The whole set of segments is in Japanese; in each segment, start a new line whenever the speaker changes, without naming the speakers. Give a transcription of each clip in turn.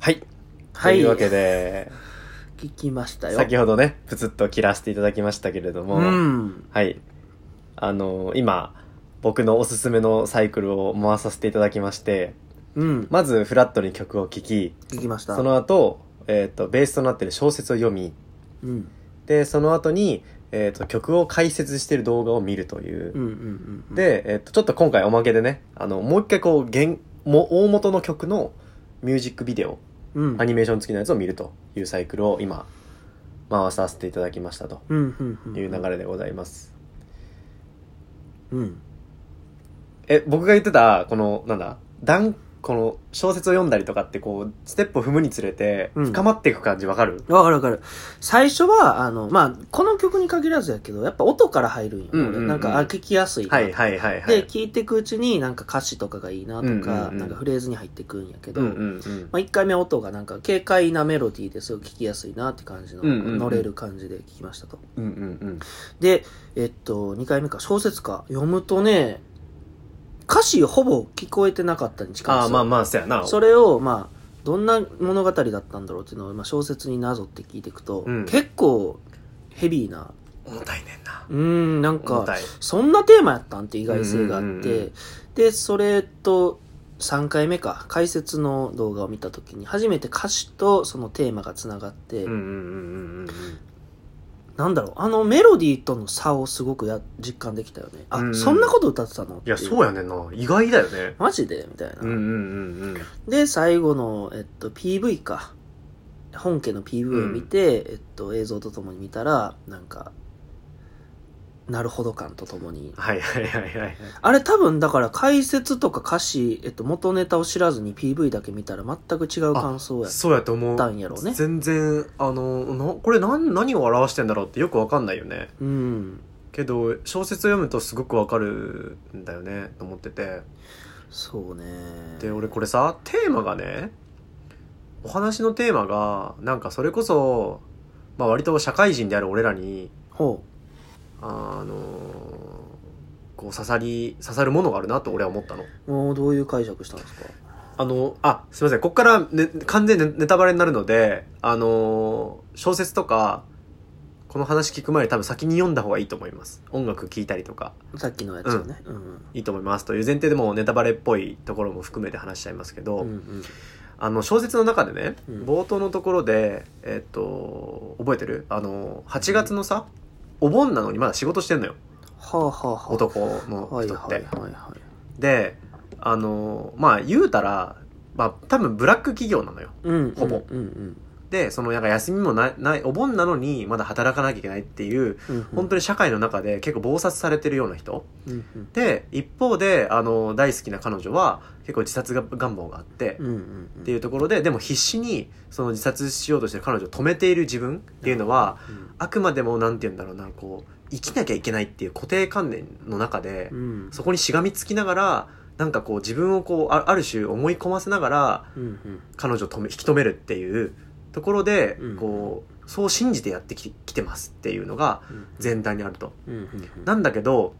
はい。
は
と
い。
いうわけで、
聞きましたよ。
先ほどね、プツッと切らせていただきましたけれども、
うん。
はい。あの、今、僕のおすすめのサイクルを回させていただきまして、
うん。
まずフラットに曲を聴き、
聞きました。
そ、の後、えっ、と、ベースとなっている小説を読み、
うん。
で、その後に、えっ、と、曲を解説している動画を見るという。
うんうんうんうん。、
で、えっ、と、ちょっと今回おまけでね、あの、もう一回こう、現、も、大元の曲のミュージックビデオ、
うん。
アニメーション付きのやつを見るというサイクルを今、回させていただきましたと
うんうんうん。
いう流。れでございます。
うん。
え、僕が言ってた、この、なんだ、段、この小説を読んだりとかってこう、ステップを踏むにつれて、
うん
深まっていく感じわかる、
わかるわかる。最初は、あの、まあ、この曲に限らずやけど、やっぱ音から入るんよ。
うんうんうん
俺なんか、あ聞きやすいな。
はいはいはいはい。
で、聴いていくうちに、なんか歌詞とかがいいなとか、
うんうんうん
なんかフレーズに入ってくんやけど、
うんうんうん。
まあ、1回目は音がなんか軽快なメロディーですごい聴きやすいなって感じの、
うんうんうん
乗れる感じで聴きましたと。
うんうんうん。
で、えっと、2回目か、小説か、読むとね、歌詞ほぼ聞こえてなかったに近いん
あ
で
あ、
すよ
まあまあ、そやな。
それを、まあ、どんな物語だったんだろうっていうのを、まあ、小説になぞって聞いていくと、
うん
結構ヘビーな、
重たいねんな。
うーん、なん
重
か、
たい。
そんなテーマやったんって意外性があって、
うんうんうんうん
で、それと、3回目か、解説の動画を見たときに、初めて歌詞とそのテーマがつながって、
うんうんうんうんうん。
なんだろう、あのメロディーとの差をすごくや実感できたよね。あ、
うんうん
そんなこと歌ってたのっ
い
て
や、そうやねんな。意外だよね。
マジでみたいな。
うんうんうんうん。
で、最後の、えっと、PV か。本家の PV を見て、えっと、映像とともに見たら、なんか、なるほど感とともに。
はいはいはいはい。
あれ多分、だから解説とか歌詞、えっと、元ネタを知らずに PV だけ見たら全く違う感想や。
そうやと思う。
たんやろうね
全然、あの、なこれ何、何を表してんだろうってよくわかんないよね。
うん。
けど、小説を読むとすごくわかるんだよね、と思ってて。
そうね。
で、俺これさ、テーマがね、お話のテーマが、なんかそれこそ、まあ割と社会人である俺らに、
ほ
あのこう刺さり、刺さるものがあるなと俺は思ったの。
う。もう、どういう解釈したんですか
あの、あ、すいません。ここから、ね、完全にネタバレになるので、あのー小説とか、この話聞く前に多分先に読んだ方がいいと思います。音楽聞いたりとか、
さっきのやつをね。うん。うん
いいと思います。という前提でもうネタバレっぽいところも含めて話しちゃいますけど、
うん
あの、小説の中でね、
うん
冒頭のところで、えっと、覚えてるあの、8月のさ、お盆なのにまだ仕事してんのよ。
はあはあはあ。
男の
はい
人
は
っ
い
て。
はいはい。
で、あの、まあ、言うたら、まあ、多分ブラック企業なのよ。
うん。
ほぼ
うんうん
で、そのなんか休みもなない、お盆なのにまだ働かなきゃいけないっていう、
うん。
本当に社会の中で結構暴殺されてるような人。
に。うんうん
で、一方で、あの、大好きな彼女は結構自殺が願望があって、
うんうんうん。
っていうところで、でも必死にその自殺しようとしてる彼女を止めている自分っていうのは、あくまでもなんて言うんだろうな、こう、生きなきゃいけないっていう固定観念の中で
う、ん。
そこにしがみつきながら、なんかこう自分をこう、あある種思い込ませながら、
うんうん。
彼女を止め引き止めるっていうところで、
うん
こうそう信じてやってききてますっていうのが前段にあると。
うんうん。
なんだけど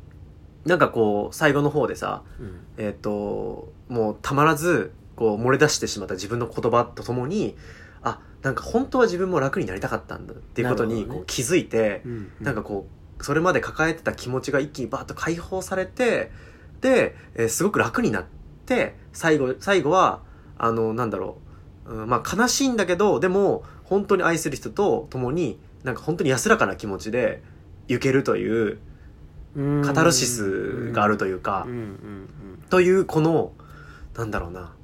なんかこう最後の方でさ、
うん
えっともうたまらずこう漏れ出してしまった自分の言葉とともにあなんか本当は自分も楽になりたかったんだっていうこと
なる
に
ほど
こ
ね
う気づいて、
うん。
なんかこうそれまで抱えてた気持ちが一気にバーッと解放されてで、えーすごく楽になって最後最後はあのなんだろう、うん、まあ悲しいんだけどでも本当に愛する人と共になんか本当に安らかな気持ちで行けるという
うん、
カタルシスがあるというか、
うんうん
というこのなんだろうな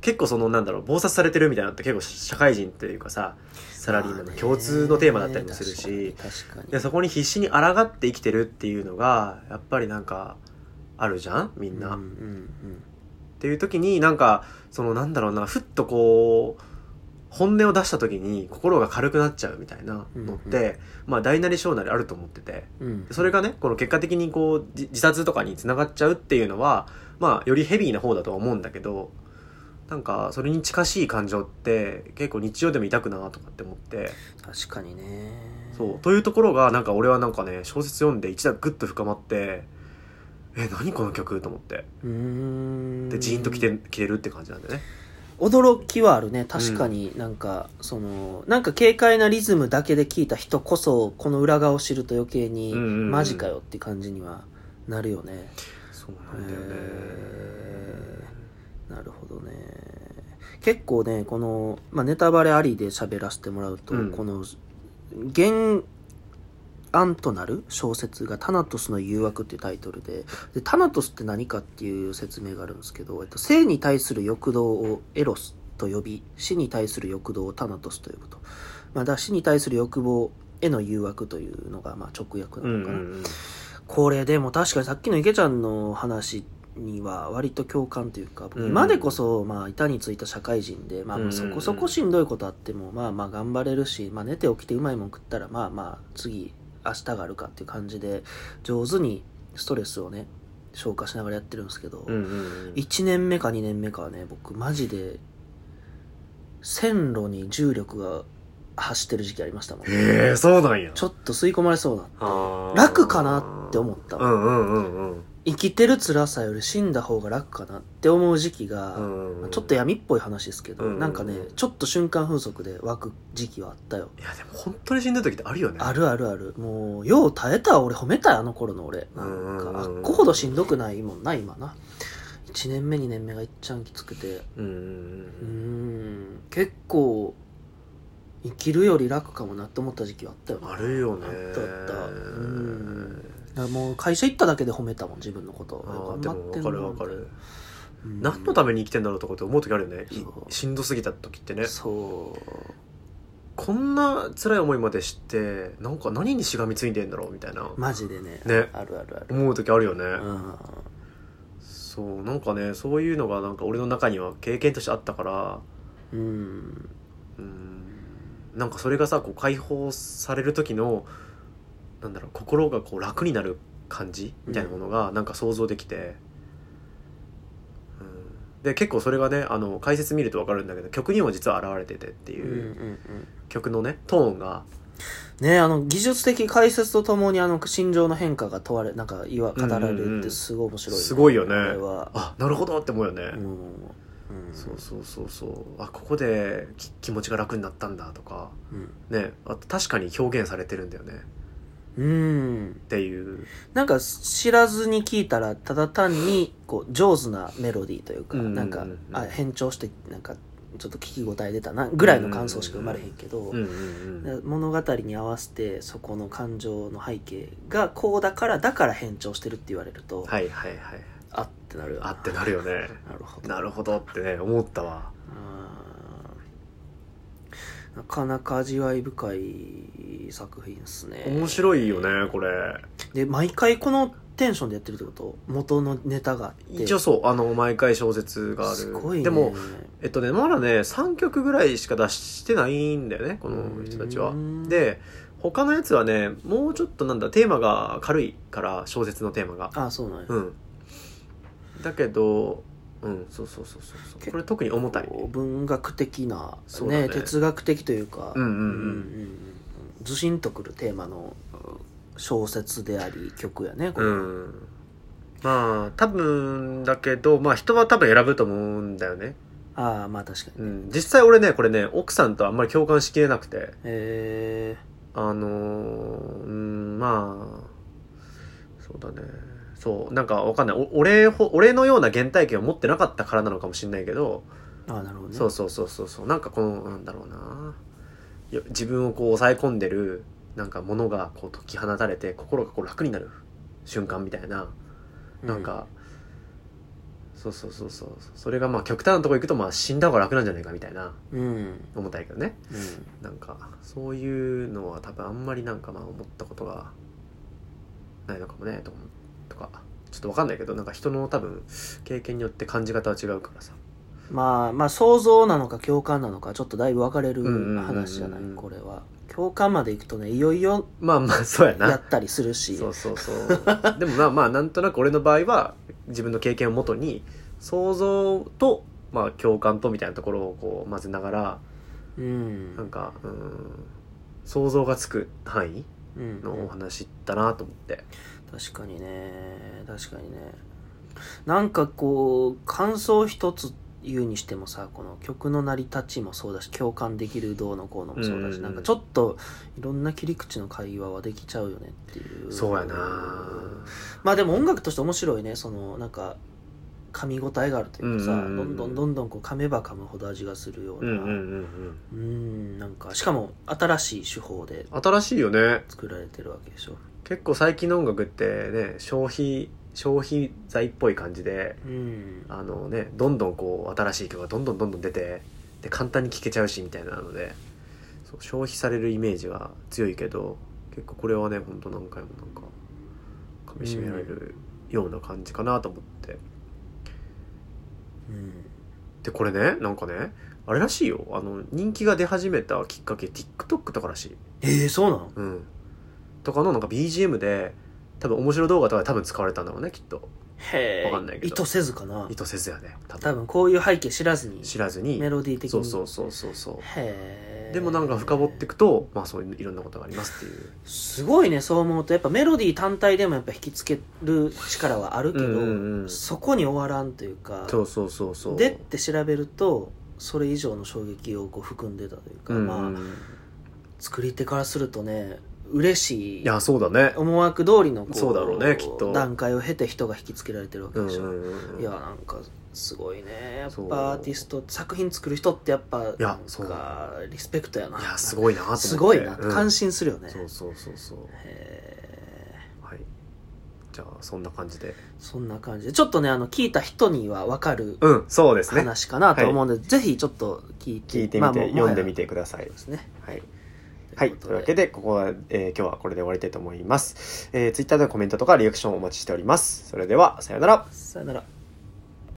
結構そのなんだろう暴殺されてるみたいなのって結構社会人っていうかさサラリーマンの共通のテーマだったりもするし、
確かに確
で
か
そこに必死に抗って生きてるっていうのがやっぱりなんかあるじゃんみ
に
んな、
うん
っ
うん
ていう時になんかそのなんだろうなふっとこう本音を出した時に心が軽くなっちゃうみたいなのって、
うん
まあ大なり小なりあると思ってて
うんうん
でそれがねこの結果的にこうじ自殺とかにつながっちゃうっていうのはまあよりヘビーな方だとは思うんだけどなんかそれに近しい感情って結構日常でも痛くなとかって思って。
確かにね
そう。というところが、なんか俺はなんかね、小説読んで一段グッと深まって、え、何この曲と思って。
うーん
で、ジーンと来て、来てるって感じなんだよね。
驚きはあるね確かになんか、そのなんか軽快なリズムだけで聞いた人こそこの裏側を知ると余計に、
うんうんうん
マジかよって感じにはなるよね
そうなんだよね、
えなるほどね結構ねこの、まあ、ネタバレありで喋らせてもらうと、
うん
この原案となる小説が「タナトスの誘惑」っていうタイトルででタナトスって何かっていう説明があるんですけど、えっと、性に対する欲動をエロスと呼び死に対する欲動をタナトスと呼ぶと、まあ、だから死に対する欲望への誘惑というのがまあ直訳な
うん
の
う
かな、
んうん
これでも確かにさっきの池ちゃんの話には割と共感というか、僕
うん
今でこそまあ板についた社会人で、まあ、
うん
そこそこしんどいことあってもまあまあ頑張れるし、まあ、寝て起きてうまいもん食ったらまあまあ次明日があるかっていう感じで上手にストレスをね消化しながらやってるんですけど、
うんうんうん
1年目か2年目かはね僕マジで線路に重力が走ってる時期ありましたもんね
へえそうなんや
ちょっと吸い込まれそうな
あー
楽かなって思った
うんうんうんうん
生きてる辛さより死んだ方が楽かなって思う時期が、
うんうん
ちょっと闇っぽい話ですけど、
うん
なんかねちょっと瞬間風速で湧く時期はあったよ、
いやでも本当にしんどい時ってあるよね
あるあるあるもうよう耐えた俺褒めたよあの頃の俺なんか、
うん
あっこほどしんどくないもんな今な1年目2年目がいっちゃんきつくて
うんうん
うー
うん
ん結構生きるより楽かもなって思った時期はあったよ
うん
な
あるよね
あったあったうん
ん
だからもう会社行っただけで褒めたもん自分のこと
あー
よ
でも分
く
かる分かる
うん
何のために生きてんだろうとかって思う時あるよねい
そう
しんどすぎた時ってね
そう
こんな辛い思いまでしてなんか何にしがみついてんだろうみたいな
マジでね
ね
あるあるある
思う時あるよね、
うん
そうなんかねそういうのがなんか俺の中には経験としてあったから
うん
うんなんかそれがさこう解放される時のなんだろう心がこう楽になる感じみたいなものがなんか想像できて、うん、で結構それがねあの解説見ると分かるんだけど曲にも実は現れててって
うんう
い
ん
う、
うん
曲のねトーンが
ねあの技術的解説とともにあの心情の変化が問われなんか言わ語られ
うんうん
るっ
うん
てすごい面白い、
すごいよね
これは
あなるほどって思うよね、
うんうん
そうそうそうそうあここでき気持ちが楽になったんだとか
うん
ねあと確かに表現されてるんだよね
う
っ
ん
ていう
なんか知らずに聞いたらただ単にこう上手なメロディーというか、
うんうんうん
なんかあ変調してなんかちょっと聞き応え出たなぐらいの感想しか生まれへんけど、
うんうんうん
で物語に合わせてそこの感情の背景がこうだからだから変調してるって言われると、
はいはいはい
あってなるよな
あってなるよ ね
なるほど
なるほどってね思ったわ
うんなかなか味わい深い作品っすね
面白いよねこれ
で毎回このテンションでやってるってこと元のネタがあって
一応そうあの毎回小説がある
すごいね
でもえっとねまだね3曲ぐらいしか出してないんだよねこ
こ
の人たちはで他のやつはねもうちょっとなんだテーマが軽いから小説のテーマが
あそうなんや、
うんだけどうんそうそうそうそうそう
結構
これ特に重たい
こう文学的な、
そうだね
ね哲学的というか、
うんうんうん
うんずしんとくるテーマの小説であり曲やねこ
う
れ、
んまあ多分だけどまあ人は多分選ぶと思うんだよね、
ああまあ確かに、
うん、実際俺ねこれね奥さんとあんまり共感しきれなくて
え
あのーうんまあそうだねそうなんかわかんないお俺ほ俺のような原体験を持ってなかったからなのかもしれないけど、
ー、ああなるほどね
そうそうそうそうそうなんかこのなんだろうなよ自分をこう抑え込んでるなんかものがこう解き放たれて心がこう楽になる瞬間みたいな
う
なんか、そうそうそうそうそれがまあ極端なとこ行くとまあ死んだ方が楽なんじゃないかみたいな
うん、うん
思ったんやけどねなんかそういうのは多分あんまりなんかまあ思ったことがないのかもねと思うとかちょっとわかんないけどなんか人の多分経験によって感じ方は違うからさ
まあまあ想像なのか共感なのかちょっとだいぶ分かれる
うんうんうんうん
話じゃない、これは共感までいくとねいよいよ
まあまあそうやな
やったりするし
そうそうそう でもまあまあなんとなく俺の場合は自分の経験をもとに想像とまあ共感とみたいなところをこう混ぜながら
うん
なんかうん想像がつく範囲
うん
のお話だなと思って
確かにね確かにねなんかこう感想一つ言うにしてもさこの曲の成り立ちもそうだし共感できるどうのこうのもそうだし、
うん
なんかちょっといろんな切り口の会話はできちゃうよねっていう
そうやな
まあでも音楽として面白いねそのなんか噛み応えがあるというかさ、
うん
どんどんどんどんこう噛めば噛むほど味がするよう
うん
な
うんうん
うんなんかしかも新しい手法で
うん新しいよね
作られてるわけでしょ
結構最近の音楽ってね消費消費財っぽい感じで
うん
あのねどんどんこう新しい曲がどんどんどんどん出てで簡単に聴けちゃうしみたいなのでそう消費されるイメージが強いけど結構これはねほんと何回もなんか噛みしめられるような感じかなと思って、
うん
でこれねなんかねあれらしいよあの人気が出始めたきっかけ TikTok とからしい
えー、そうなの
うんとかのなんか BGM で多分面白動画とかで多分使われたんだろうねきっと
へえ
わかんないけど
意図せずかな
意図せずやね多分
多分こういう背景知らずに
知らずに
メロディー的に
そうそうそうそうそう
へえ
でもなんか深掘っていくと、まあそういういろんなことがありますっていう。
すごいねそう思うとやっぱメロディー単体でもやっぱ引きつける力はあるけど、
うんうんうん
そこに終わらんというか
そうそうそうそう。
でって調べるとそれ以上の衝撃をこう含んでたというか、
うんうん、
まあ作り手からするとね嬉し
い
い
や、そうだね。
思惑通りのこ
そうだろうねきっと
段階を経て人が引きつけられてるわけ
うん
で
う
しょ、
んうんうん
いやなんかすごいねやっ
そう
ぱアーティスト作品作る人ってやっぱ
いや
なん
そう
かリスペクトやないなん
や、
か
すごいなと思って。
すごいな、
うん
感心するよね
そうそうそうそう。
へー
はい。じゃあ、そんな感じで。
そんな感じでちょっとねあの聞いた人には分かる
うん、そうですね。
話かなと思うんで、ぜひちょっと聞いて
聞いてみて、
まあもう
読んでみてください
で。すね
はい。はい。というわけ
で
で、ここは、えー今日はこれで終わりたいと思います。えー、Twitter でコメントとかリアクションお待ちしております。それでは、さようなら。
さよなら